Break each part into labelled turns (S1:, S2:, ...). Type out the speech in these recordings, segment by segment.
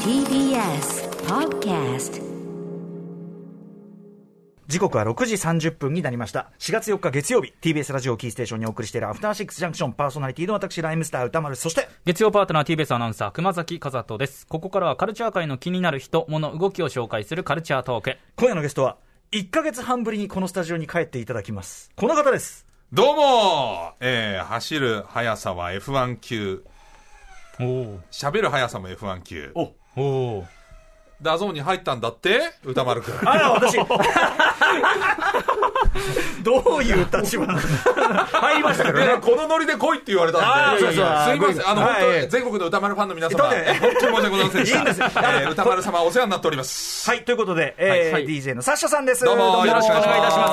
S1: TBS Podcast
S2: 時刻は6時30分になりました。4月4日月曜日、TBS ラジオキーステーションにお送りしているアフターシックスジャンクションパーソナリティの私、ライムスター歌丸、そして、
S3: 月曜パートナー TBS アナウンサー熊崎和人ですここからはカルチャー界の気になる人物動きを紹介するカルチャートーク
S2: 今夜のゲストは、1ヶ月半ぶりにこのスタジオに帰っていただきます。この方です。
S4: どうもえー、走る速さは F1 級。
S3: おお
S4: 喋る速さも F1 級。
S2: お
S3: おお
S4: ダゾーンに入ったんだって歌丸くん。
S2: あら、私。どういう立場なの 入りましたけど
S4: いや
S2: ね。
S4: このノリで来いって言われ
S2: あ
S4: た
S2: ー
S4: んで。
S2: そうそう
S4: いやいやすいません。あの、
S2: はい
S4: 本当
S2: はい
S4: に全国の歌丸ファンの皆様、
S2: い
S4: 本
S2: やいや
S4: 当に申し訳ございませんでした。
S2: いいんですよ
S4: えー歌丸様お世話になっております。
S2: はい、ということで、えー
S3: はい
S2: DJ のサッシャさんです。
S4: どうもよろしくお願いいたします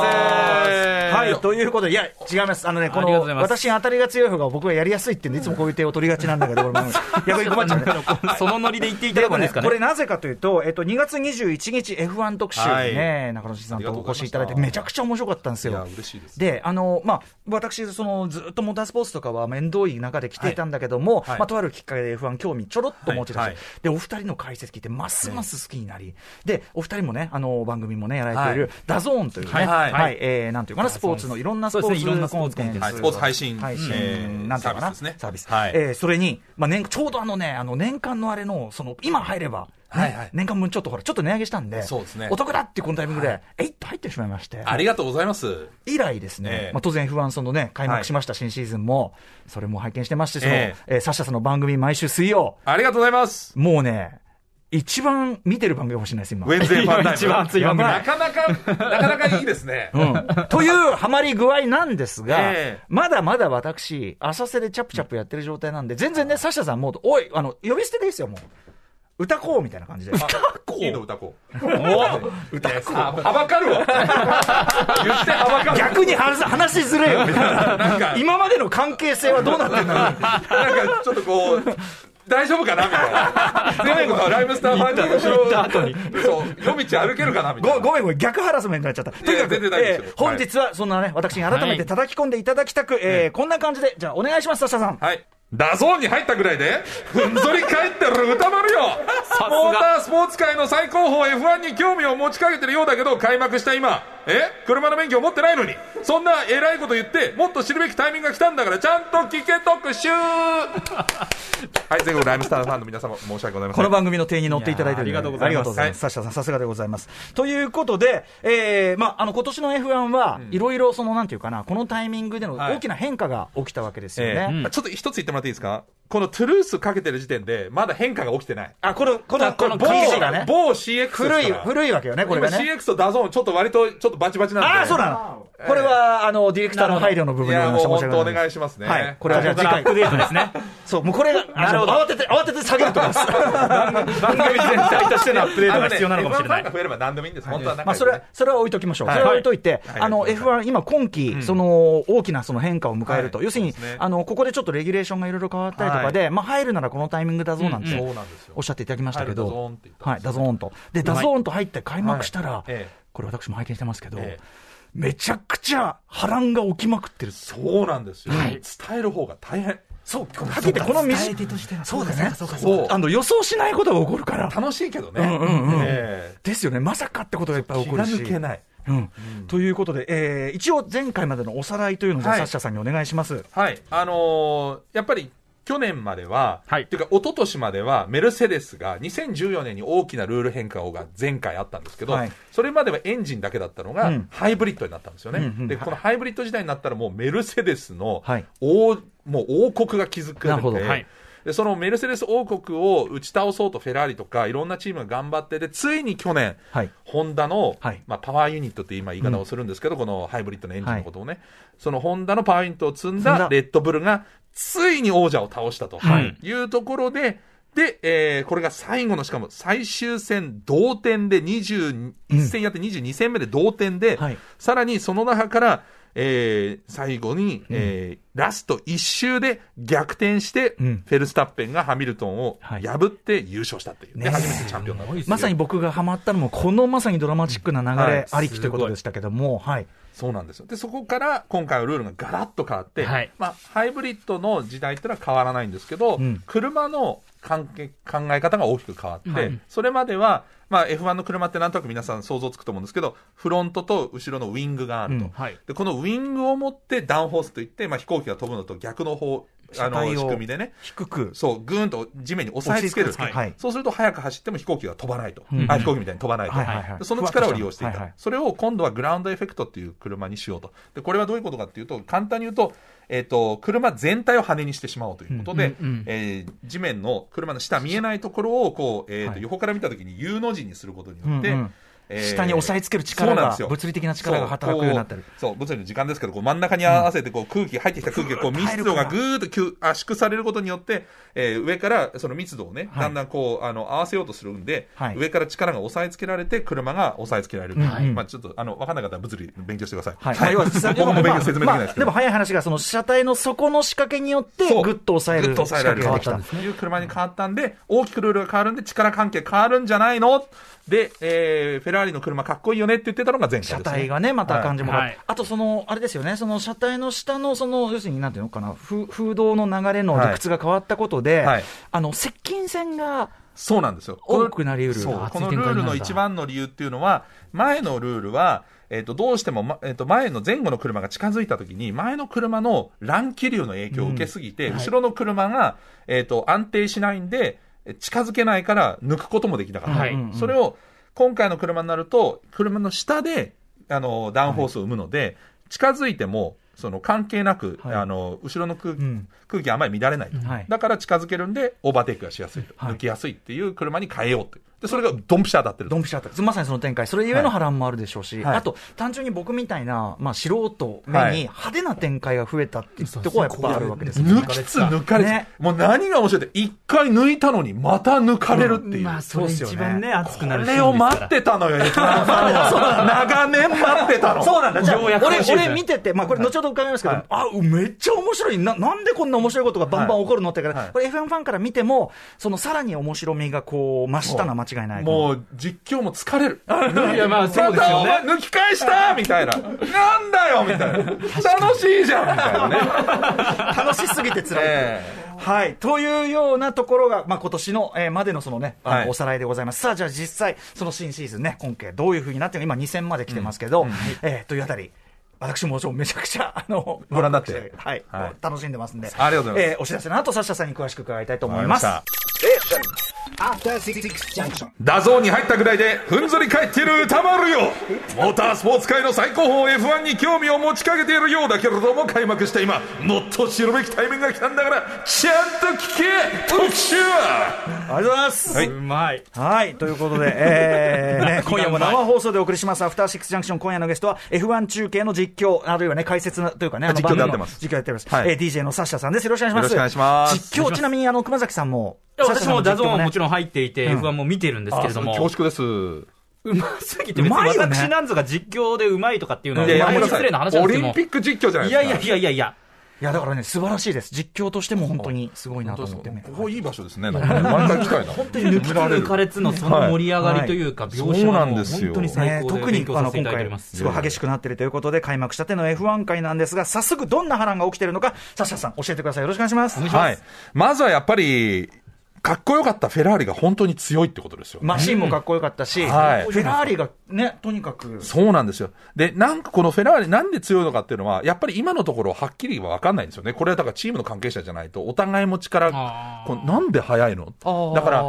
S2: はい、ということで、いや、違います。あのね、こ
S3: ありがと
S2: の
S3: うござい、ます
S2: 私に当たりが強い方が僕はやりやすいっていうんで、いつもこういう手を取りがちなんだけど、俺も逆 に困っちゃうんだよ。
S3: そのノリで言っていた
S2: で
S3: だく
S2: も
S3: んで
S2: ね、
S3: すか
S2: こ
S3: ね
S2: れなぜかというと、えっと、2月21日 F1 特集にね、中野慎さんとお越しいただいて、
S4: ありがとうございました
S2: めちゃくちゃ面白かったんですよ。
S4: いや嬉しいです
S2: で、あの、まあ、私、その、ずっとモータースポーツとかは面倒い中で来ていたんだけども、
S4: はい
S2: まあ、とあるきっかけで F1 興味ちょろっと持ち出して、
S4: はいはい
S2: で、お二人の解説聞いて、ますます好きになり、で、お二人もね、あの、番組もね、やられている、
S4: はい
S2: ダゾーンというね、は、
S4: はいいはい
S2: えーなんていうかな、スポーツのいろんなスポ
S3: そうですねいろん
S2: ー
S3: な
S2: ツ
S3: ス
S2: コ
S3: ポー
S2: ン
S3: ツ
S2: テ
S3: コン
S2: ンツ、
S3: テンツ
S4: はいスポーツ配信
S2: 配信、
S4: えー
S2: なんていうのかな、
S4: サービスですね
S2: サービス。
S4: はい
S2: えーそれに、まあ、年ちょうどあのね、あの、年間のあれの、その、今入れば、ね
S4: はいはい
S2: 年間分ちょっとほら、ちょっと値上げしたんで、
S4: そうですね
S2: お得だってこのタイミングで、えいっと入ってしまいまして。
S4: ありがとうございます。
S2: 以来ですね、
S4: ええ
S2: まあ、当然、F1 そのね、開幕しました新シーズンも、それも拝見してまして、その、え
S4: え
S2: ーサッシャさんの番組、毎週水曜、
S4: ありがとうございます。
S2: もうね、一番見てる番組かもしれないです、今。
S4: ウェンズデーファンタイム。
S3: 一番熱い番組
S4: なかなか、なかなかいいで すね。
S2: うんというハマり具合なんですが、
S4: ええ
S2: まだまだ私、浅瀬でチャプチャプやってる状態なんで、全然ね、サッシャさんもう、おい、あの、呼び捨てでいいですよ、もう。歌こうみたいな感じで。
S4: いいの歌こう。
S2: 歌こう
S4: はばかるわ。 言ってはばかる。
S2: 逆に話話しづれえよ、みたい な。
S4: なんか、
S2: 今までの関係性はどうなってんの
S4: なんかちょっとこう、大丈夫かなみ たいな。全国のライブスターファンに後ろ、そう、夜道歩けるかなみた
S2: ご
S4: いな。
S2: ごめんごめん、逆ハラスメントになっちゃった。とにかく、
S4: 全然大丈夫ですよ
S2: えー
S4: は
S2: 本
S4: い
S2: 日はそんなね、私に改めて叩き込んでいただきたく、えーこんな感じで、じゃあお願いします、サッシャさん。
S4: はい。ダゾーンに入ったぐらいで、ふんぞり返ってる歌丸よ
S3: が
S4: モータースポーツ界の最高峰 F1 に興味を持ちかけてるようだけど、開幕した今、え車の免許を持ってないのに、そんな偉いこと言って、もっと知るべきタイミングが来たんだから、ちゃんと聞け 特集はい、全国ライムスターファンの皆様、申し訳ございませ
S2: こ
S4: ん
S2: の。番組の定員に乗っていただいてるんで
S3: いやーありがとうご
S2: ありがとうござ
S3: ざいます
S2: います。サッシャさん、さすがでございます。ということで、えー、まあ、あの、今年の F1 は、いろいろ、その、なんていうかな、このタイミングでの
S4: はい
S2: 大きな変化が起きたわけですよね。
S4: ええちょっと一つ言ってもらっていいですかこのトゥルースかけてる時点で、まだ変化が起きてない。
S2: あ、この、この、
S3: あこの
S2: 記事がね、
S4: 某 CX ですから
S2: 古い、古いわけよね、これがね。
S4: 今 CX とダゾーン、ちょっと割と、ちょっとバチバチなんで。
S2: ああ、そうなの。これは、あの、ディレクターの配慮の部分
S4: い
S2: でござ
S4: や、
S2: いまし
S4: もう
S2: た。
S4: 本当お願
S2: い
S4: いしますね。
S2: はい。これはじゃあ次回。
S3: ここからアップデートですね
S2: そう、もうこれが、あの慌てて、慌てて下げるとかです。
S3: 番組全体としてのアップデー
S4: あ
S3: ト
S4: の
S3: が
S4: ね
S3: 必要なのかもしれな
S4: ファンが
S3: い
S4: 増えれば何でもいいんです。本当は仲良くね
S2: まあ、それは、それは置いときましょう。それは置いといて、
S4: はい
S2: あの、
S4: はい
S2: F1、今今期、その、大きなその変化を迎えると。
S4: はい
S2: 要するに
S4: そうですね、
S2: あの、ここでちょっとレギュレーションがいろいろ変わったりとかで、まあ、入るならこのタイミングだぞなんて
S4: うんそうなんですよ、
S2: おっしゃっていただきましたけ
S4: 入るダゾーン
S2: ど
S4: って言っ、たん
S2: は
S4: で
S2: い、
S4: す
S2: ダゾーンと。で、ダゾーンと入って開幕したら
S4: いええ、
S2: これ私も拝見してますけど
S4: ええ、
S2: めちゃくちゃ波乱が起きまくってる。
S4: そうなんですよ。伝える方が大変。
S2: そう、はっきり言ってこの短い。そうだね。
S4: そう
S2: あの、予想しないことが起こるから。
S4: 楽しいけどね。え
S2: ですよね。まさかってことがいっぱ
S4: え
S2: い起こるし。
S4: 気が抜けない。
S2: うん、ということで、えー一応前回までのおさらいというので、
S4: はい
S2: サッシャさんにお願いします。
S4: はい、あのーやっぱり去年までは、
S3: はい
S4: というか、一昨年までは、メルセデスが2014年に大きなルール変更が前回あったんですけど、
S2: はい
S4: それまではエンジンだけだったのが、
S2: うん
S4: ハイブリッドになったんですよね、
S2: うんうん
S4: でこのハイブリッド時代になったら、もうメルセデスの
S2: はい
S4: 王,、もう王国が築か
S2: なる
S4: れ
S2: ほ
S4: て、
S2: ど
S3: はい
S4: でそのメルセデス王国を打ち倒そうと、フェラーリとか、いろんなチームが頑張ってて、ついに去年、
S2: はい
S4: ホンダの、
S2: はい
S4: まあ、パワーユニットって今、言い方をするんですけど、このハイブリッドのエンジンのことをね、そのホンダのパワーユニットを積
S2: 積
S4: ん
S2: んだ
S4: だレッドブルがついに王者を倒したと
S3: はい
S4: いうところで、で、えーこれが最後の、しかも最終戦同点で21戦やって22戦目で同点で、
S2: はい
S4: さらにその中から、えー最後に、えーラスト1周で逆転して、
S2: うん
S4: フェルスタッペンがハミルトンを
S2: はい
S4: 破って優勝したという、ね
S2: ね
S4: 初 めてチャンピオンだったんですよ
S2: まさに僕がハマったのも、このまさにドラマチックな流
S4: は
S2: れ
S4: い
S2: ありきということでしたけども、はい。
S4: そうなんですよ。で、そこから今回はルールがガラッと変わって、
S3: はい
S4: まあ、ハイブリッドの時代ってのは変わらないんですけど、
S2: うん
S4: 車の関係考え方が大きく変わって、それまでは、まあ、F1 の車ってなんとなく皆さん想像つくと思うんですけど、フロントと後ろのウィングがあると。
S2: うん
S3: はい
S4: でこのウィングを持ってダウンホースといって、まあ、飛行機が飛ぶのと逆の方、
S2: 車
S4: あの
S2: 体を
S4: 仕組みでね。
S2: 低く
S4: そう、ぐーんと地面に押さえつける。
S2: 押さえつけるはい
S4: そうすると速く走っても飛行機が飛ばないと。
S2: うん
S4: あ飛行機みたいに飛ばないと。
S2: はいはいはい
S4: でその力を利用していた。
S2: ふわっと
S4: それを今度はグラウンドエフェクトっていう車にしようと。で、これはどういうことかっていうと、簡単に言うと、えっ、と、車全体を羽にしてしまおうということで、
S3: うんうんうん
S4: えー地面の車の下見えないところを、こう、えーと
S2: はい
S4: 横から見たときに U の字にすることによって、
S2: うんうん
S4: えー
S2: 下に押さえつける力が
S4: そうなんですよ
S2: 物理的な力が働くようになってる
S4: そうこうそう物理の時間ですけどこう真ん中に合わせてこう空気入ってきた空気がこう
S2: ぐーっと
S4: 密
S2: 入る
S4: 度
S2: か
S4: が
S2: ら
S4: ぐーっと急圧縮されることによって、えー上からその密度をね、
S2: はい
S4: だんだんこうあの合わせようとするんで、
S2: はい
S4: 上から力が押さえつけられて車が押さえつけられる、
S2: はい
S4: まあ、ちょっとあの分かんなかったら物理勉強してください、
S2: はいまあ要は
S4: 僕も勉強説明できないですけど、
S2: まあまあでも早い話が、その車体の底の仕掛けによって、
S4: そう
S2: ぐっと抑え
S4: ぐ
S2: る
S4: っと
S2: 仕
S4: 抑えら
S2: 掛けが変わ
S4: れる
S2: ったんです。
S4: という車に変わったんで、大きくルールが変わるんで、力関係変わるんじゃないので、えーフェラーリの車かっこいいよねって言ってたのが前回です、
S2: 車
S4: ね。
S2: 体がね、また感じも変わっ
S3: は
S2: て
S3: い
S2: あとその、あれですよね、その車体の下の、その、要するに、なんていうのかな、風風洞の流れの理屈が変わったことで、
S4: はいはい
S2: あの、接近戦が、
S4: そうなんですよ。
S2: 多くなり得る
S4: そう
S2: あ
S4: このルールの一番の理由っていうのは、前のルールは、えっとどうしても、まえっと前の前後の車が近づいたときに、前の車の乱気流の影響を受けすぎて、後ろの車が、えっと安定しないんで、え近づけないから抜くこともできなかった、
S3: はい
S2: うんうん
S4: それを今回の車になると、車の下であのダウンフォースを生むので、近づいても、その関係なく、
S2: はい
S4: あの後ろの空,、
S2: ん
S4: 空気があまり乱れないと、
S2: はい
S4: だから近づけるんで、オーバーテイクがしやすいと、
S2: はい
S4: 抜きやすいっていう車に変えようっていう、でそれがドンピシャ当たってると
S2: ドンピシャだった。まさにその展開。それゆえの波乱もあるでしょうし、
S4: はい
S2: あと、単純に僕みたいな、まあ、素人目
S4: はい
S2: に派手な展開が増えたっていうところはやっぱあるわけですよね。
S4: 抜きつ抜かれつ、
S2: ね
S4: もう何が面白いって、一回抜いたのに、また抜かれるっていう。
S3: まあ、それ一番ね、熱く
S4: こ
S3: なるシーン
S4: れを
S3: ですから
S4: 待ってたのよ、F1 ファンは長年待ってたの。
S2: そうなんだ。じゃあ、
S3: ようやく
S2: 俺
S3: 欲しい、ですね
S2: 俺見てて、まあこれ後ほど伺いますけど、
S4: はい
S2: あ、めっちゃ面白い。な、なんでこんな面白いことがバンバン起こるのってから、
S4: はい
S2: これ F1 ファンから見ても、そのさらに面白みがこう、増したのは間違いない。
S4: もう実況も疲れる。
S3: いやまあそうですよね
S4: またお前抜き返したみたいな。なんだよみたいな。楽しいじゃんみたいなね。
S2: 楽しすぎて辛い。
S4: え
S2: はい。というようなところが、まあ、今年の、えーまでのそのね、あの
S4: はい
S2: おさらいでございます。さあ、じゃあ実際、その新シーズンね、今季どういうふうになってるのか今2000まで来てますけど、えーというあたり、私もちろんめちゃくちゃ、あの、
S4: ご覧になって
S2: はい、
S4: はい
S2: もう楽しんでますんで。
S4: ありがとうございます
S2: えーお知らせの後、サッシャさんに詳しく伺いたいと
S4: え
S2: 思います。
S4: わかりまし
S5: After Six Junction.
S4: たダゾーンに入ったぐらいで、ふんぞり返っている歌丸よモータースポーツ界の最高峰 F1 に興味を持ちかけているようだけれども、開幕した今、もっと知るべきタイミングが来たんだから、ちゃんと聞け特集
S2: ありがとうございます。
S4: はいう
S3: まい。
S2: はい、ということで、えーね
S3: 気がう
S2: 今
S3: ま
S2: 夜も
S3: い
S2: 生放送でお送りします、アフターシックスジャンクション、今夜のゲストは、F1 中継の実況、あるいはね、解説というかね、あの
S4: 実況でやって
S2: 番組の
S4: ます
S2: 実況やってます。
S4: はい
S2: えー DJ のサッシャさんです。よろしくお願いします。
S4: よろしくお願いします
S2: 実況、ちなみに、あの、熊崎さんも、
S3: 私もダゾーンはもち
S2: ろん。
S3: ろん入っていて、F1 も見てるんですけれども、
S4: 縮です。
S3: うますぎて、別に
S2: うまいよね
S3: 私なんぞが実況でうまいとかっていうのは、
S4: いや、や
S3: まあ
S4: めな
S3: 失
S4: さ
S3: 礼
S4: い
S3: な話。なん
S4: オ
S3: です
S4: リ
S3: けど
S4: ン
S3: も
S4: ピック実況じゃない
S3: い
S4: です
S3: や
S4: か。
S3: いやいやいやいや。
S2: いや、だからね、素晴らしいです。実況としても本当にすごいなと思ってね。
S4: ここいい場所ですね。なんかね毎回来たいな。本当に
S3: 抜きつ抜かれつのその盛り上がりというか、
S4: い
S3: 描写がもう
S4: そうなんですよ
S3: 本当に
S2: ね
S3: 最高で
S2: 特に
S3: 勉強
S2: あ
S3: さ
S2: の
S3: せてい
S2: 今
S3: ただいて
S2: 回
S3: おりま、す。
S2: すごい激しくなっているということで、開幕したての F1 回なんですが、早速、どんな波乱が起きているのか、サッシャさん、教えてください。よろしくお願いします。
S4: はい。まずはやっぱり、かっこよかったフェラーリが本当に強いってことですよ。
S2: マシンもかっこよかったし、
S4: はい
S2: フェラーリがね、とにかく。
S4: そうなんですよ。で、なんかこのフェラーリなんで強いのかっていうのは、やっぱり今のところはっきりはわかんないんですよね。これはだからチームの関係者じゃないと、お互い持ちから、
S3: あー
S4: こうなんで速いのだから、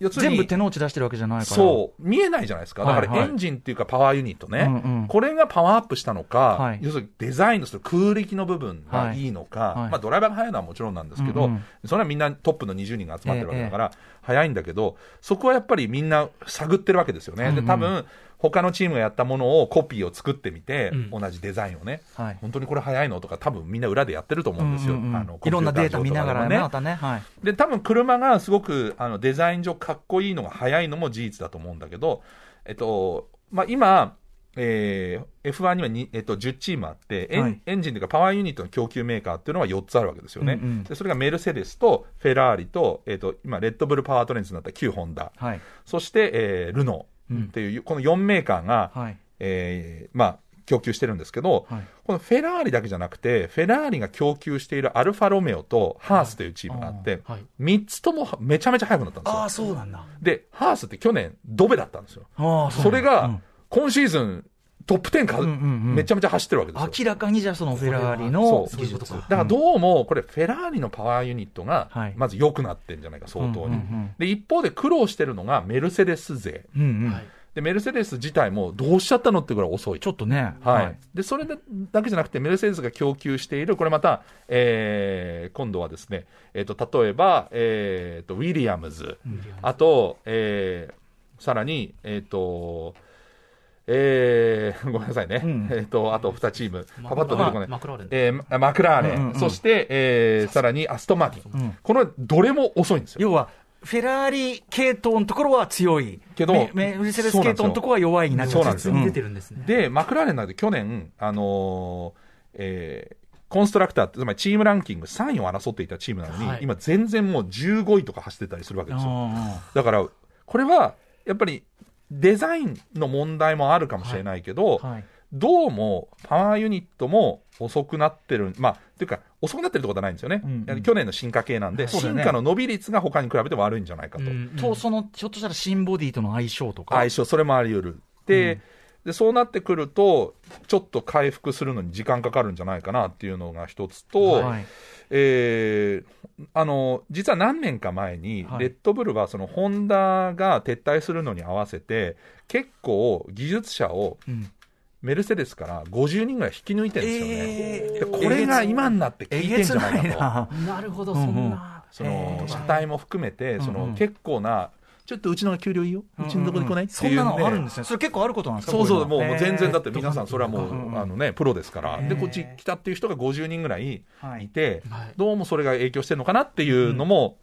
S4: 要するに
S2: 全部手の内出してるわけじゃないから。
S4: そう、見えないじゃないですか。だか
S2: はい
S4: ら
S2: は
S4: エ
S2: い
S4: ンジンっていうかパワーユニットね。
S2: うんうん
S4: これがパワーアップしたのか、
S2: はい
S4: 要するにデザインのその空力の部分がいいのか、
S2: いはい
S4: まあドライバーが速いのはもちろんなんですけど、
S2: うんうん
S4: それはみんなトップの20人が集まってるわけだから、速いんだけど、そこはやっぱりみんな探ってるわけですよね。で、多分、他のチームがやったものをコピーを作ってみて、同じデザインをね、
S2: はい
S4: 本当にこれ速いのとか、多分みんな裏でやってると思うんですよ。
S2: うんうん
S4: あの
S2: いろんなデータ見ながらね、
S4: コンピューター上
S2: ま
S4: とか
S2: たね。
S4: でも
S2: はい。
S4: で、多分車がすごくあのデザイン上かっこいいのが早いのも事実だと思うんだけど、えっと、まあ、今、えー F1 にはに、えっと、10チームあって、エン
S2: はい
S4: エンジンというかパワーユニットの供給メーカーっていうのは4つあるわけですよね。
S2: うんうん
S4: でそれがメルセデスとフェラーリと、えっと、今、レッドブルパワートレンズになった旧ホンダ、
S2: はい。
S4: そして、えールノーっていう、この4メーカーが、
S2: はい。
S4: えーまあ、供給してるんですけど、このフェラーリだけじゃなくて、フェラーリが供給しているアルファロメオとハースというチームがあって、
S3: はいはい
S4: 3つともめちゃめちゃ速くなったんですよ。
S2: あ、そうなんだ。
S4: で、ハースって去年、ドベだったんですよ。
S2: ああ、
S4: それ
S2: う
S4: が
S2: ん、
S4: 今シーズン、トップ10か、
S2: んうん
S4: めちゃめちゃ走ってるわけですよ。
S2: 明らかにじゃあそのフェラーリの
S4: そう
S2: 技術
S4: だからどうも、これ、フェラーリのパワーユニットが
S2: はい、
S4: まず良くなってんじゃないか、相当
S2: うんうんう
S4: に
S2: ん。
S4: で、一方で苦労してるのが、メルセデス勢。
S2: うんうん
S3: はい
S4: で、メルセデス自体も、どうしちゃったのってぐらい遅い。
S2: ちょっとね、
S4: はい、でそれだけじゃなくて、メルセデスが供給している、これまた、えー今度はですね、えー、と例えば、えー、とウィリアムズ、あと、えーさらに、えーとえー ごめんなさいね、
S2: うん
S4: えー、とあと2チーム、パパッと出てこない、
S3: マクラーレン
S4: えーマクラーレン、
S2: うんうんうん
S4: そして、えーさらにアストンマーティ
S2: う
S4: ン、
S2: ん
S4: このどれも遅いんですよ。
S2: 要は、フェラーリ系統のところは強い、
S4: けど
S2: メメルセデス系統のところは弱いになっちゃ
S4: そうなんですよ
S3: 実に出てるんですね。
S4: で、マクラーレンなんて去年、あのーえーコンストラクターって、つまりチームランキング3位を争っていたチームなのに、
S3: はい
S4: 今全然もう15位とか走ってたりするわけですよ。
S2: あ
S4: だから、これは、やっぱり、デザインの問題もあるかもしれないけど、
S2: あはい
S4: どうもパワーユニットも遅くなってる、まあ、というか、遅くなってるってことはないんですよね、
S2: うんうん
S4: 去年の進化系なんで、
S2: そうだよ
S4: 進
S2: ね
S4: 化の伸び率が他に比べて悪いんじゃないかと。
S2: と、そのちょっとしたら新ボディとの相性とか、
S4: 相性、それもあり得る。で、でそうなってくると、ちょっと回復するのに時間かかるんじゃないかなっていうのが一つと、
S2: はい
S4: えーあの実は何年か前に、
S2: はい
S4: レッドブルはそのホンダが撤退するのに合わせて、結構、技術者を
S2: うん
S4: メルセデスから50人ぐらい引き抜いてるんですよね。
S2: え
S4: でこれが今になって効
S2: え
S4: いて
S2: げ
S4: ん
S2: つ
S4: じゃな
S2: ないい
S4: か と。
S2: な。
S3: なるほど、そんな。
S4: その車体も含めて、そ
S2: うんう
S4: の
S2: ん
S4: 結構な、ちょっとうちのが給料いいよ、うちのとこで来ないって
S2: そ
S4: いうんで
S2: なのあるんですね。それ結構あることなんですか
S4: そうそう、
S2: こ
S4: もう
S2: いの
S4: もう全然だって、皆さん、それはも
S2: うんう
S4: うんあの、ね、プロですから、
S2: へ
S4: で
S2: ー
S4: こっち来たっていう人が50人ぐらい
S2: はい
S4: いて、
S3: はい
S4: どうもそれが影響してるのかなっていうのも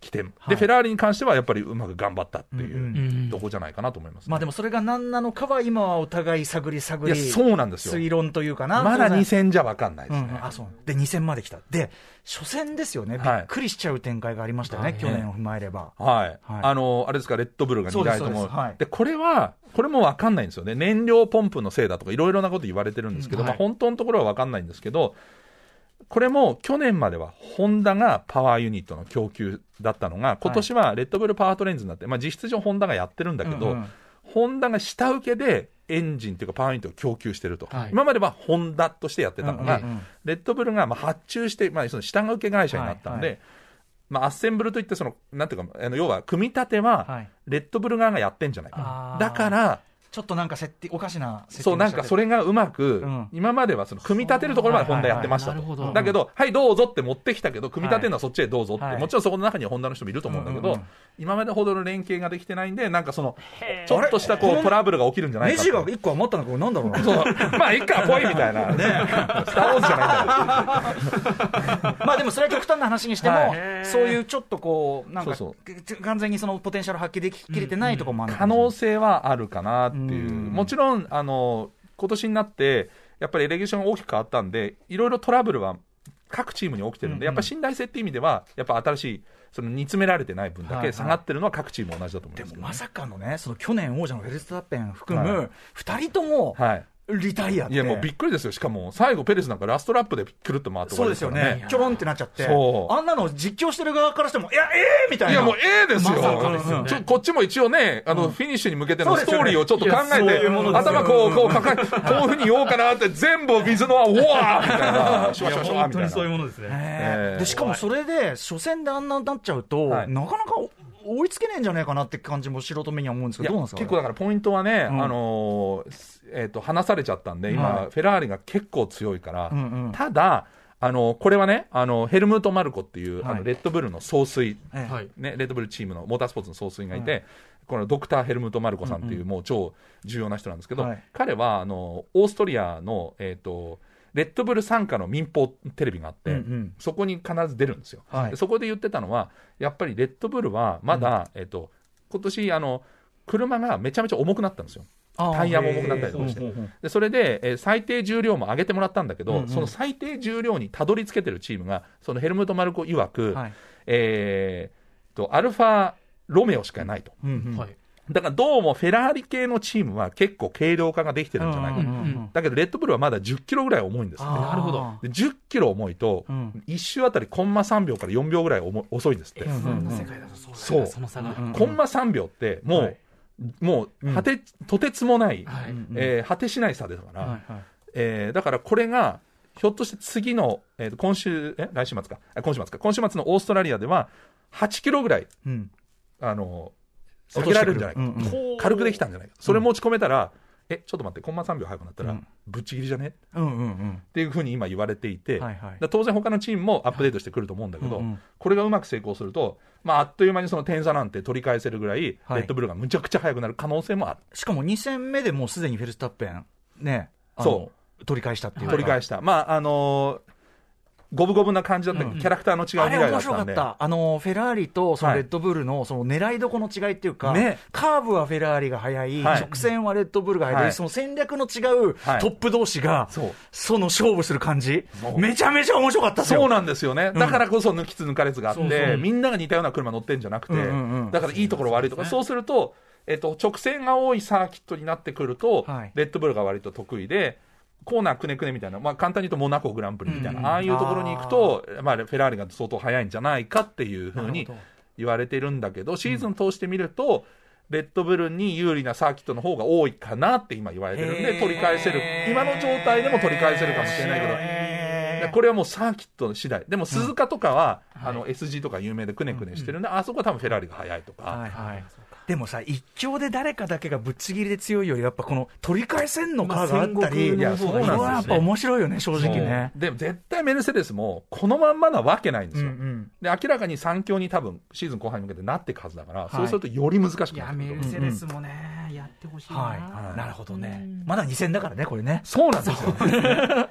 S4: 来て、
S2: は
S4: で
S2: い
S4: フェラーリに関してはやっぱりうまく頑張ったって
S2: うん
S4: いううんとこじゃないかなと思います、ね
S2: まあでもそれが何なのかは今はお互い探り探
S4: いや
S2: り。
S4: そうなんです
S2: 推
S4: よ、
S2: 論というかな。
S4: まだ
S2: そうね
S4: 2戦じゃ分かんないで
S2: う
S4: す
S2: ん
S4: ね。
S2: うんあそうで、2戦まで来た、で、初戦ですよね、び
S4: はい
S2: っくりしちゃう展開がありましたよね、
S3: はい
S2: 去年を踏まえれば。
S4: はい、
S2: はい
S4: あのあれですか、レッドブルが2台と
S2: そうですそう
S4: も、
S2: ですはい
S4: でこれは、これも分かんないんですよね、燃料ポンプのせいだとか、いろいろなこと言われてるんですけど、
S3: うんはい
S4: まあ、本当のところは分かんないんですけど、これも去年まではホンダがパワーユニットの供給だったのが、今年はレッドブルパワートレインズになって、まあ、実質上、ホンダがやってるんだけど、
S2: うんうん
S4: ホンダが下請けでエンジンというか、パワーユニットを供給してると、
S3: はい
S4: 今まではホンダとしてやってたのが、
S2: うんうんうん
S4: レッドブルがまあ発注して、まあ、その下請け会社になったので、
S2: はいは
S4: まあ、アッセンブルといってその、なんていうか、あの要は組み立て
S2: は、
S4: はいレッドブル側がやってんじゃないか
S3: あー
S4: な、だから、
S2: ちょっとなんか設定、おかしな設定
S4: そう、なんかそ
S2: れ、
S4: れがうまく、
S2: うん
S4: 今まではその組み立てるところまでホンダやってました
S3: はいはいはいなる
S4: と、
S3: ほど
S4: だけど、はい、どうぞって持ってきたけど、組み立てるのはそっちへどうぞって、
S2: はい
S4: もちろんそこの中にはホンダの人もいると思うんだけど、
S2: うんうんうん
S4: 今までほどの連携ができてないんで、なんかその、ちょっとしたこうトラブルが起きるんじゃない
S2: ネ
S4: か
S2: ジが
S4: と
S2: 1個余ったのこれ、なんだろうな、
S4: そうまあ、いっか、ぽいみたいな、スター・ウォーズじゃないんだよ。
S2: まあでもそれは極端な話にしても、
S4: は
S2: そういうちょっとこう、なんか
S4: そう
S2: 完全にそのポテンシャル発揮でききれてないところもあるの
S4: 可
S2: かもしれない
S4: 能性はあるかなっていう、
S2: うん
S4: もちろんあの今年になって、やっぱりレギュレーションが大きく変わったんで、いろいろトラブルは各チームに起きてるんで、
S2: うんうん
S4: やっぱり信頼性っていう意味では、やっぱ新しい、その煮詰められてない分
S2: はい
S4: だ
S2: は
S4: け
S2: い
S4: 下がってるのは各チーム同じだと思い
S2: で
S4: ます
S2: も
S4: けどね、
S2: まさかのね、その去年王者のフェルスタッペン含
S4: は
S2: む
S4: い、
S2: 2人とも
S4: はい
S2: リタイアって、
S4: いや、もうびっくりですよ、しかも最後、ペレスなんかラストラップでくるっと回って終
S2: そ
S4: わ
S2: う
S4: り
S2: ですよ
S4: から
S2: ね、ちょろんってなっちゃって、
S4: そう
S2: あんなの実況してる側からしても、いや、ええー、みたい
S4: い
S2: な。
S4: やもうええですよ、
S2: まさかですよね
S4: ちょこっちも一応ね、あのフィニッシュに向けての
S2: そうで
S4: ス
S2: す
S4: ト
S2: よ
S4: ー
S2: ね
S4: リーをちょっと考
S2: い
S4: え
S2: や
S4: て、
S2: そういうものですよ
S4: 頭こうこう抱え、こういうふうに言おうかなって、全部水の輪、うわーみたいな、シュワシュワシュワ
S3: 本当
S4: みた
S3: に
S4: いな
S3: そういうものですね。
S2: ね
S4: ええ
S2: でしかもそれで、初戦であんなになっちゃうと、
S4: はい
S2: なかなか追いつけねえんじゃないかなって感じも素人目には思うんです
S4: い
S2: け
S4: や
S2: ど、どうなんですか
S4: 結構だからポイントはね、
S2: うん
S4: あのーすえー、と離されちゃったんで、今、
S2: は
S4: フェラーリが結構強いから、
S2: うんうん
S4: ただ、あのーこれはね、あのーヘルムート・マルコっていう、あ
S2: はい
S4: のレッドブルの総帥、
S2: ええ
S3: はい。
S4: ね、レッドブルチームのモータースポーツの総帥がいて、このドクター・ヘルムート・マルコさんっていう、もう超重要な人なんですけど、
S2: はい
S4: 彼はあのーオーストリアの、えー、とレッドブル傘下の民放テレビがあって、
S2: うんうん
S4: そこに必ず出るんですよ、
S2: はい
S4: でそこで言ってたのは、やっぱりレッドブルはまだ、えっと今年あの車がめちゃめちゃ重くなったんですよ、
S2: あー
S4: タイヤも重くなったりとかして、
S2: へえうんうんうん
S4: でそれで、えー最低重量も上げてもらったんだけど、
S2: うんうん
S4: その最低重量にたどり着けてるチームが、そのヘルムート・マルコ曰く、
S2: はい
S4: えーっと、アルファ・ロメオしかないと。
S2: うんうん
S3: はい。
S4: だからどうもフェラーリ系のチームは結構軽量化ができてるんじゃないか
S2: うん
S4: な。
S2: うんうん
S4: だけどレッドブルはまだ10キロぐらい重いんですね。
S2: あー
S3: なるほど
S4: で10キロ重いと
S2: うん、
S4: 1周あたりコンマ3秒から4秒ぐらい重い遅いんですって。
S2: うんうんうん
S3: 世界だとそうだ
S4: そう
S3: その差が、
S2: うん
S4: コンマ3秒って、もう、
S2: はい
S4: もう、果て、とてつもない、
S3: はい
S2: うん
S4: えー果てしない差ですから、
S2: はいはい
S4: えーだからこれが、ひょっとして次の、えーと今週、え来週末か、あ今週末か、今週末のオーストラリアでは、8キロぐらい、
S2: うん
S4: あのー、下げられるんじゃないかと、
S2: 落としてくる
S4: こう軽くできたんじゃないかと、それ持ち込めたら、え、ちょっと待って、コンマ3秒早くなったら、
S2: うん
S4: ぶっちぎりじゃね
S2: うんうんうん
S4: っていうふうに今言われていて、
S2: はいはい
S4: だから当然他のチームもアップデートしてくると思うんだけど、
S2: はいうんうん
S4: これがうまく成功すると、まあ、あっという間にその点差なんて取り返せるぐらい、レ
S2: はい
S4: ッドブルがむちゃくちゃ速くなる可能性もある。
S2: しかも2戦目でもうすでにフェルスタッペン、ね、あの
S4: そ
S2: 取り返したっていうか
S4: 取り返した。まあ、あのー五分五分な感じだったけど、キャラクターの違う
S2: あれ
S4: 未来だ
S2: 面
S4: っ
S2: 白
S4: た
S2: か
S4: んで。
S2: った、あのフェラーリとその
S4: はい
S2: レッドブルのその狙いどこの違いっていうか、
S4: ね
S2: カーブはフェラーリが速い、
S4: はい
S2: 直線はレッドブルが速い、
S4: はい
S2: その戦略の違うト
S4: はい
S2: ップ同士が、
S4: そう
S2: その勝負する感じ
S4: そ、う
S2: めちゃめちゃ面白かったですよ
S4: そうなんですよね。
S2: ん
S4: だからこそ抜きつ抜かれつがあって、
S2: そうそう
S4: みんなが似たような車乗ってんじゃなくて、
S2: うんうんうん
S4: だからいいところ悪いとか、そうすると、えっと、直線が多いサーキットになってくると、
S2: はい
S4: レッドブルが割と得意で、コーナーくねくねみたいな、まあ簡単に言うとモナコグランプリみたいな、ああいうところに行くと、まあフェラーリが相当速いんじゃないかっていうふうに
S2: なるほ
S4: 言われてるんだけど、シーズン通してみると、レッドブルに有利なサーキットの方が多いかなって今言われてるん
S2: へ
S4: で、
S2: ー
S4: 取り返せる。今の状態でも取り返せるかもしれないけど、いやこれはもうサーキット次第。でも鈴鹿とかは、あの SG とか有名でくねくねしてるんで、あそこは多分フェラーリが速いとか。
S2: はいはいでもさ、一強で誰かだけがぶっちぎりで強いより、やっぱこの取り返せんのかがあったり、
S4: いやそうなんで
S2: こ
S4: すよね
S2: れはやっぱ面白いよね、正直ね。
S4: でも絶対メルセデスもこのまんまなわけないんですよ。
S2: うんうん
S4: で明らかに3強に多分シーズン後半に向けてなっていくはずだから、
S2: い
S4: そうするとより難しくなって
S3: い
S4: くると
S3: や
S4: 思う
S3: メルセデスもね、やってほしいな、
S2: はい、なるほどね。まだ2戦だからね、これね。
S4: そうなんですよ。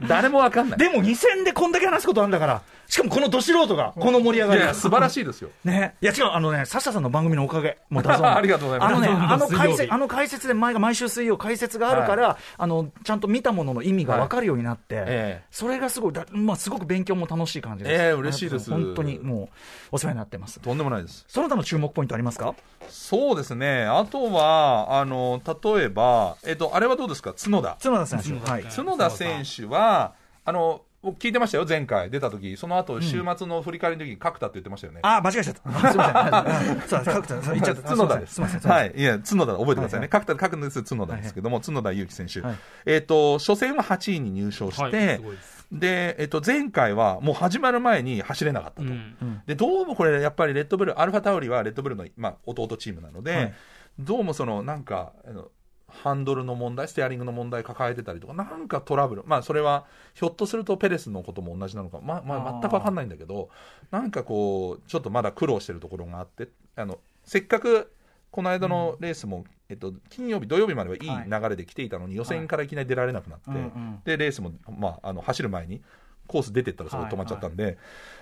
S4: 誰もわかんない。
S2: でも2戦でこんだけ話すことあるんだから、しかもこのど素人が、この盛り上
S4: い
S2: が
S4: や
S2: り
S4: い。や、素晴らしいですよ。
S2: ね、いや違う、あのね、サッシャさんの番組のおかげ、もうダゾーン
S4: ありがとうございます
S2: あのね、
S4: ダゾーン
S2: あの
S3: 水曜日
S2: 解説、あの解説で前が毎週水曜、解説があるから、あの、ちゃんと見たものの意味が分かるようになって、
S4: ええ
S2: それがすごいだ、まあ、すごく勉強も楽しい感じです。
S4: ええ嬉しいです
S2: 本当にもう、お世話になってます。
S4: とんでもないです。
S2: その他の注目ポイントありますか
S4: そうですね。あとは、あの、例えば、えっと、あれはどうですか角田。
S2: 角田選手。はい。
S4: 角田選手は、あの、僕聞いてましたよ、前回出た時その後、週末の振り返りの時に角田って言ってましたよね。
S2: あ、間違えちゃ った。すみません。そうだ、角田さん、言っちゃった。
S4: 角田です。
S2: すみません。すいません
S4: はい。いや、角田、覚えてください
S2: はいは
S4: ね。
S2: い
S4: 角田、角田です、角田ですけども、角田祐希選手
S2: はい。
S4: えっと、初戦は8位に入賞し
S3: はい
S4: て
S3: すごいです、
S4: で、えっと、前回はもう始まる前に走れなかった
S3: う
S4: と。
S3: ん
S4: で、どうもこれ、やっぱりレッドブル、アルファタオリはレッドブルの、まあ、弟チームなので、
S2: はい
S4: どうもその、なんか、あのハンドルの問題、ステアリングの問題抱えてたりとか、なんかトラブル、まあ、それは、ひょっとするとペレスのことも同じなのか、まあ、ま
S2: あ
S4: あ
S2: ー、
S4: 全くわかんないんだけど、なんかこう、ちょっとまだ苦労してるところがあって、あの、せっかく、この間のレースも、えっと、金曜日、土曜日まではいい流れで来ていたのに、予選からいきなり出られなくなって、
S2: はいうんうん
S4: で、レースも、まあ、あの、走る前に、コース出てったらそこ止まっちゃったんで、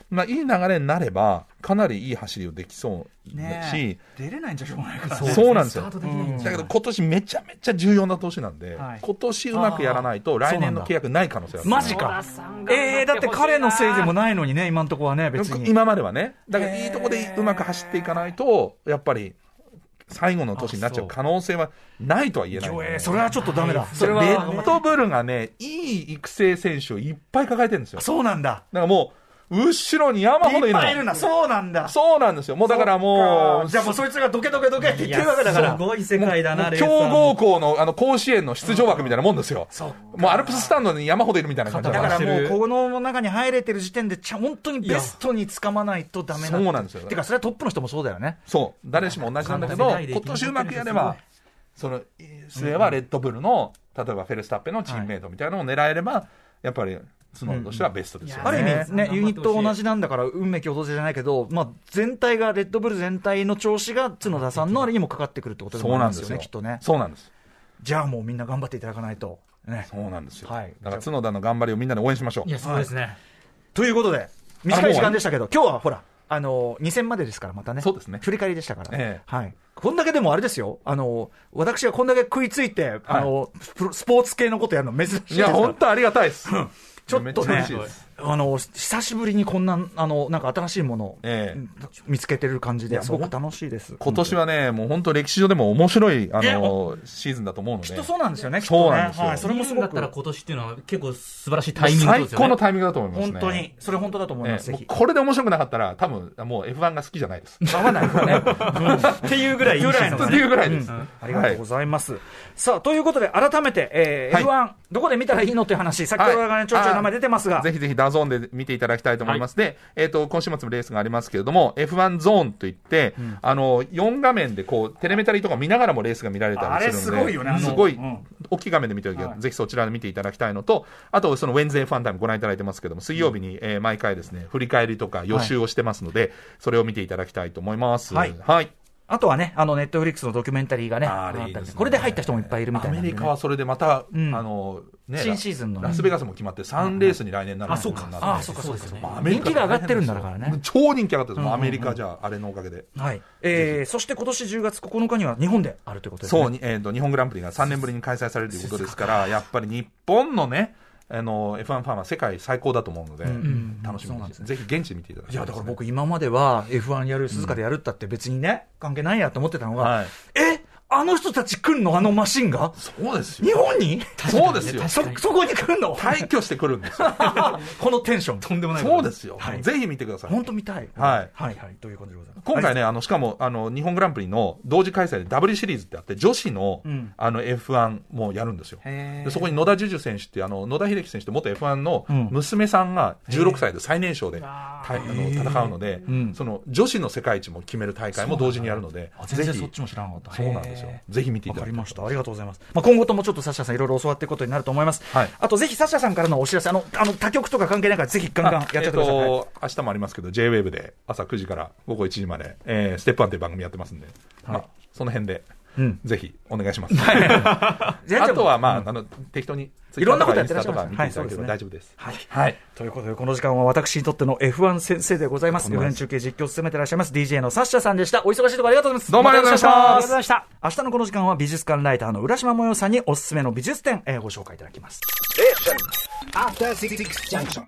S4: まあ、いい流れになれば、かなりいい走りをできそうだし、
S2: ねえ出れないんじゃしょうがないから。
S4: そうなんですよ。
S3: スタートできないんじゃな
S4: だけ
S3: い
S4: ど今年めちゃめちゃ重要な年なんで、
S2: はい
S4: 今年うまくやらないと、来年の契約ない可能性ある。
S2: マジか。ええだって彼のせいでもないのにね、今んとこはね、別に。
S4: 今まではね、だからいいとこでうまく走っていかないと、やっぱり最後の年になっちゃう可能性はないとは言えないんで、
S2: えーそれはちょっとダメだ。そ
S4: レ
S2: れは。
S4: ッドブルがね、いい育成選手をいっぱい抱えてるんですよ。だ
S2: そうなんだ。
S4: からもう、後ろに山ほどいるの。
S2: な。そうなんだ。
S4: そうなんですよ。もうだからもう、
S2: じゃあもうそいつがどけどけどけって言ってるわけだから。
S3: ごい世界だな、レース
S4: 強
S3: は
S4: 豪校のあの甲子園の出場枠みたいなもんですよ、もうアルプススタンドに山ほどいるみたいな感じ
S2: だ
S4: だか
S2: から
S4: ら、
S2: もう、この中に入れてる時点で、ちゃ本当にベストにつかまないとダメ
S4: そうなんですよ
S2: てか、それはトップの人もそうだよね。
S4: そう、誰しも同じなんだけ
S3: あ
S4: ど、
S3: の世代で
S4: 今年うまくやれば、その末はレッドブルの、例えばフェルスタッペのチームメイトみたいなのを狙えれば、やっぱりスノーとしてはベストですよね。
S2: ある意味、ね、
S3: うん
S2: ユニット同じなんだから、運命共同体じゃないけど、まあ、全体が、レッドブル全体の調子が、角田さんのあれにもかかってくるってことで
S4: そ
S2: も
S4: う
S2: あり
S4: なん
S2: ま
S4: ですす
S2: よ
S4: よ
S2: ね、きっとね。
S4: そうなんです。
S2: じゃあもうみんな頑張っていただかないと。ね。
S4: そうなんですよ。
S2: はい
S4: だから角田の頑張りをみんなで応援しましょう。
S3: いや、そうですね。
S2: ということで、短い時間でしたけど、今日はほら、あの、2戦までですから、またね。
S4: そうですね
S2: 振り返りでしたから。
S4: ええ
S2: はい。こんだけでもあれですよ。あの、私がこんだけ食いついて、あの、プロスポーツ系のことやるの珍しい
S4: い
S2: です
S4: や、
S2: から
S4: 本当ありがたいです。
S2: ちょっと
S4: め
S2: ね
S4: ちゃ嬉しいです、
S2: あの久しぶりにこんなあのなんか新しいものを
S4: ええ
S2: 見つけてる感じ
S4: い
S2: で
S4: や
S2: すごく楽しいです。
S4: 今年はね、もう本当歴史上でも面白い、あ
S2: いや
S4: の、シーズンだと思うので。
S2: きっとそうなんですよね。きっとね
S4: そうなんですよ
S2: はい、それもすご
S3: だったら
S2: く
S3: 今年っていうのは結構素晴らしいタイミングですよね。
S4: 最高のタイミングだと思いますね。
S2: 本当にそれ本当だと思い
S4: え
S2: ます。
S4: え。
S2: ぜ
S4: もう
S2: ひ。
S4: これで面白くなかったら、多分もう F1 が好きじゃないです。
S2: 合わない からね。
S3: っていうぐらい
S2: ぐらいの
S4: っていうぐらいです。
S2: ありがとうございます。さあ、ということで、改めて、えー
S4: は
S2: F1、どこで見たらいいのっていう話、先ほどからね、ちょいちょい名前出てますが、
S4: ぜひぜひダゾーンで見ていただきたいと思います。で、えっ、と、今週末もレースがありますけれども、F1 ゾーンといって、あの、4画面でこう、テレメタリーとか見ながらもレースが見られたりするので、
S2: あれすごいよねあの
S4: すごい
S2: うん
S4: 大きい画面で見てるけど、ぜひそちらで見ていただきたいのと、あと、その、ウェンズエファンタイムご覧いただいてますけども、水曜日に、えー毎回ですね、振り返りとか予習をしてますので、それを見ていただきたいと思います。
S2: はい
S4: はい
S2: あとはね、あの、ネットフリックスのドキュメンタリーがね、
S4: あれ
S2: あ
S4: いい
S2: った
S4: で
S2: り
S4: すね
S2: これで入った人もいっぱいいるみた
S4: ア
S2: いな
S4: メ
S2: んでね、
S4: リカはそれでまた、
S2: ん
S4: あの、ね、
S2: 新シーズンのね
S4: ラスベガスも決まって3レースに来年なる
S3: あそうか
S2: ああ、そうかそうですね
S4: まあア。メリ
S2: 人
S4: カ
S2: 気が上がってるんだからね。
S4: 超人気上がってるんです、もうアメリカじゃ、あれのおかげで。
S2: はい。えー、そして今年10月9日には日本であるということですね。
S4: そうに、えーと、日本グランプリが3年ぶりに開催されるということですから、やっぱり日本のね、あの F1 ファンは世界最高だと思うので、楽しみにしてぜひ現地で見ていただき
S2: い
S4: た
S2: や
S4: いで
S2: だ
S4: す
S2: か
S4: ね
S2: ら僕、今までは F1 やる、鈴鹿でやるったって別にね、関係ないやと思ってたのが、
S4: はい
S2: えあの人たち来んの、あのマシンが、
S4: そうです
S2: 日
S4: よ、
S2: 本に
S4: そうですよ、
S2: そそこに来るの、
S4: 退去してくるんですよ、
S2: このテンション、とんでも
S4: そうですよ、
S2: はい
S4: ぜひ見てください。
S2: 本当見たい、
S4: はい
S2: はいはいということでございます。
S4: 今回
S2: ね、
S4: ね、あの、しかも、あの、日本グランプリの同時開催で W シリーズってあって、女子の、
S2: ん
S4: あの、F1 もやるんですよ。でそこに野田樹樹選手っていう、あの、野田秀樹選手って元 F1 の
S2: ん
S4: 娘さんが16歳で最年少で、たあの、戦うので、
S2: ん
S4: その、女子の世界一も決める大会も同時にやるので
S2: あ、全
S4: ぜ
S2: 然
S4: ひ
S2: そっ、ちも知らなかった。
S4: そうなんですよ
S2: へ。
S4: ぜひ見て
S2: ーわ
S4: いただ
S2: か
S4: き
S2: り
S4: い
S2: ました。ありがとうございます。まあ、今後ともちょっとサッシャさんいろいろ教わっていくことになると思います。
S4: はい
S2: あと、ぜひサッシャさんからのお知らせ、あの、あの、他局とか関係ないから、ぜひガンガンやっちゃってください。
S4: あえーと明日もありますけど、JWAVE で朝9時から午後1時まで、えーステップアンという番組やってますんで、まあ、その辺で、
S2: うん
S4: ぜひお願いします。
S2: 全然
S4: あとは、まあ、あの、適当に、
S2: いろんなことやってらっしゃい
S4: と
S2: ます
S4: か見ていただければ
S2: はい
S4: 大丈夫です。
S2: はい
S4: はい。
S2: ということで、この時間は私にとっての F1 先生でございます。
S4: とんでもない
S2: F1
S4: です
S2: 中継実況を進めてらっしゃいます DJ のサッシャさんでした。お忙しいところありがとうございます。
S4: どうもありがとうございました
S2: たありがとうございました。明日のこの時間は美術館ライターの浦島もよさんにおすすめの美術展、えーご紹介いただきます。
S5: After Six Junction.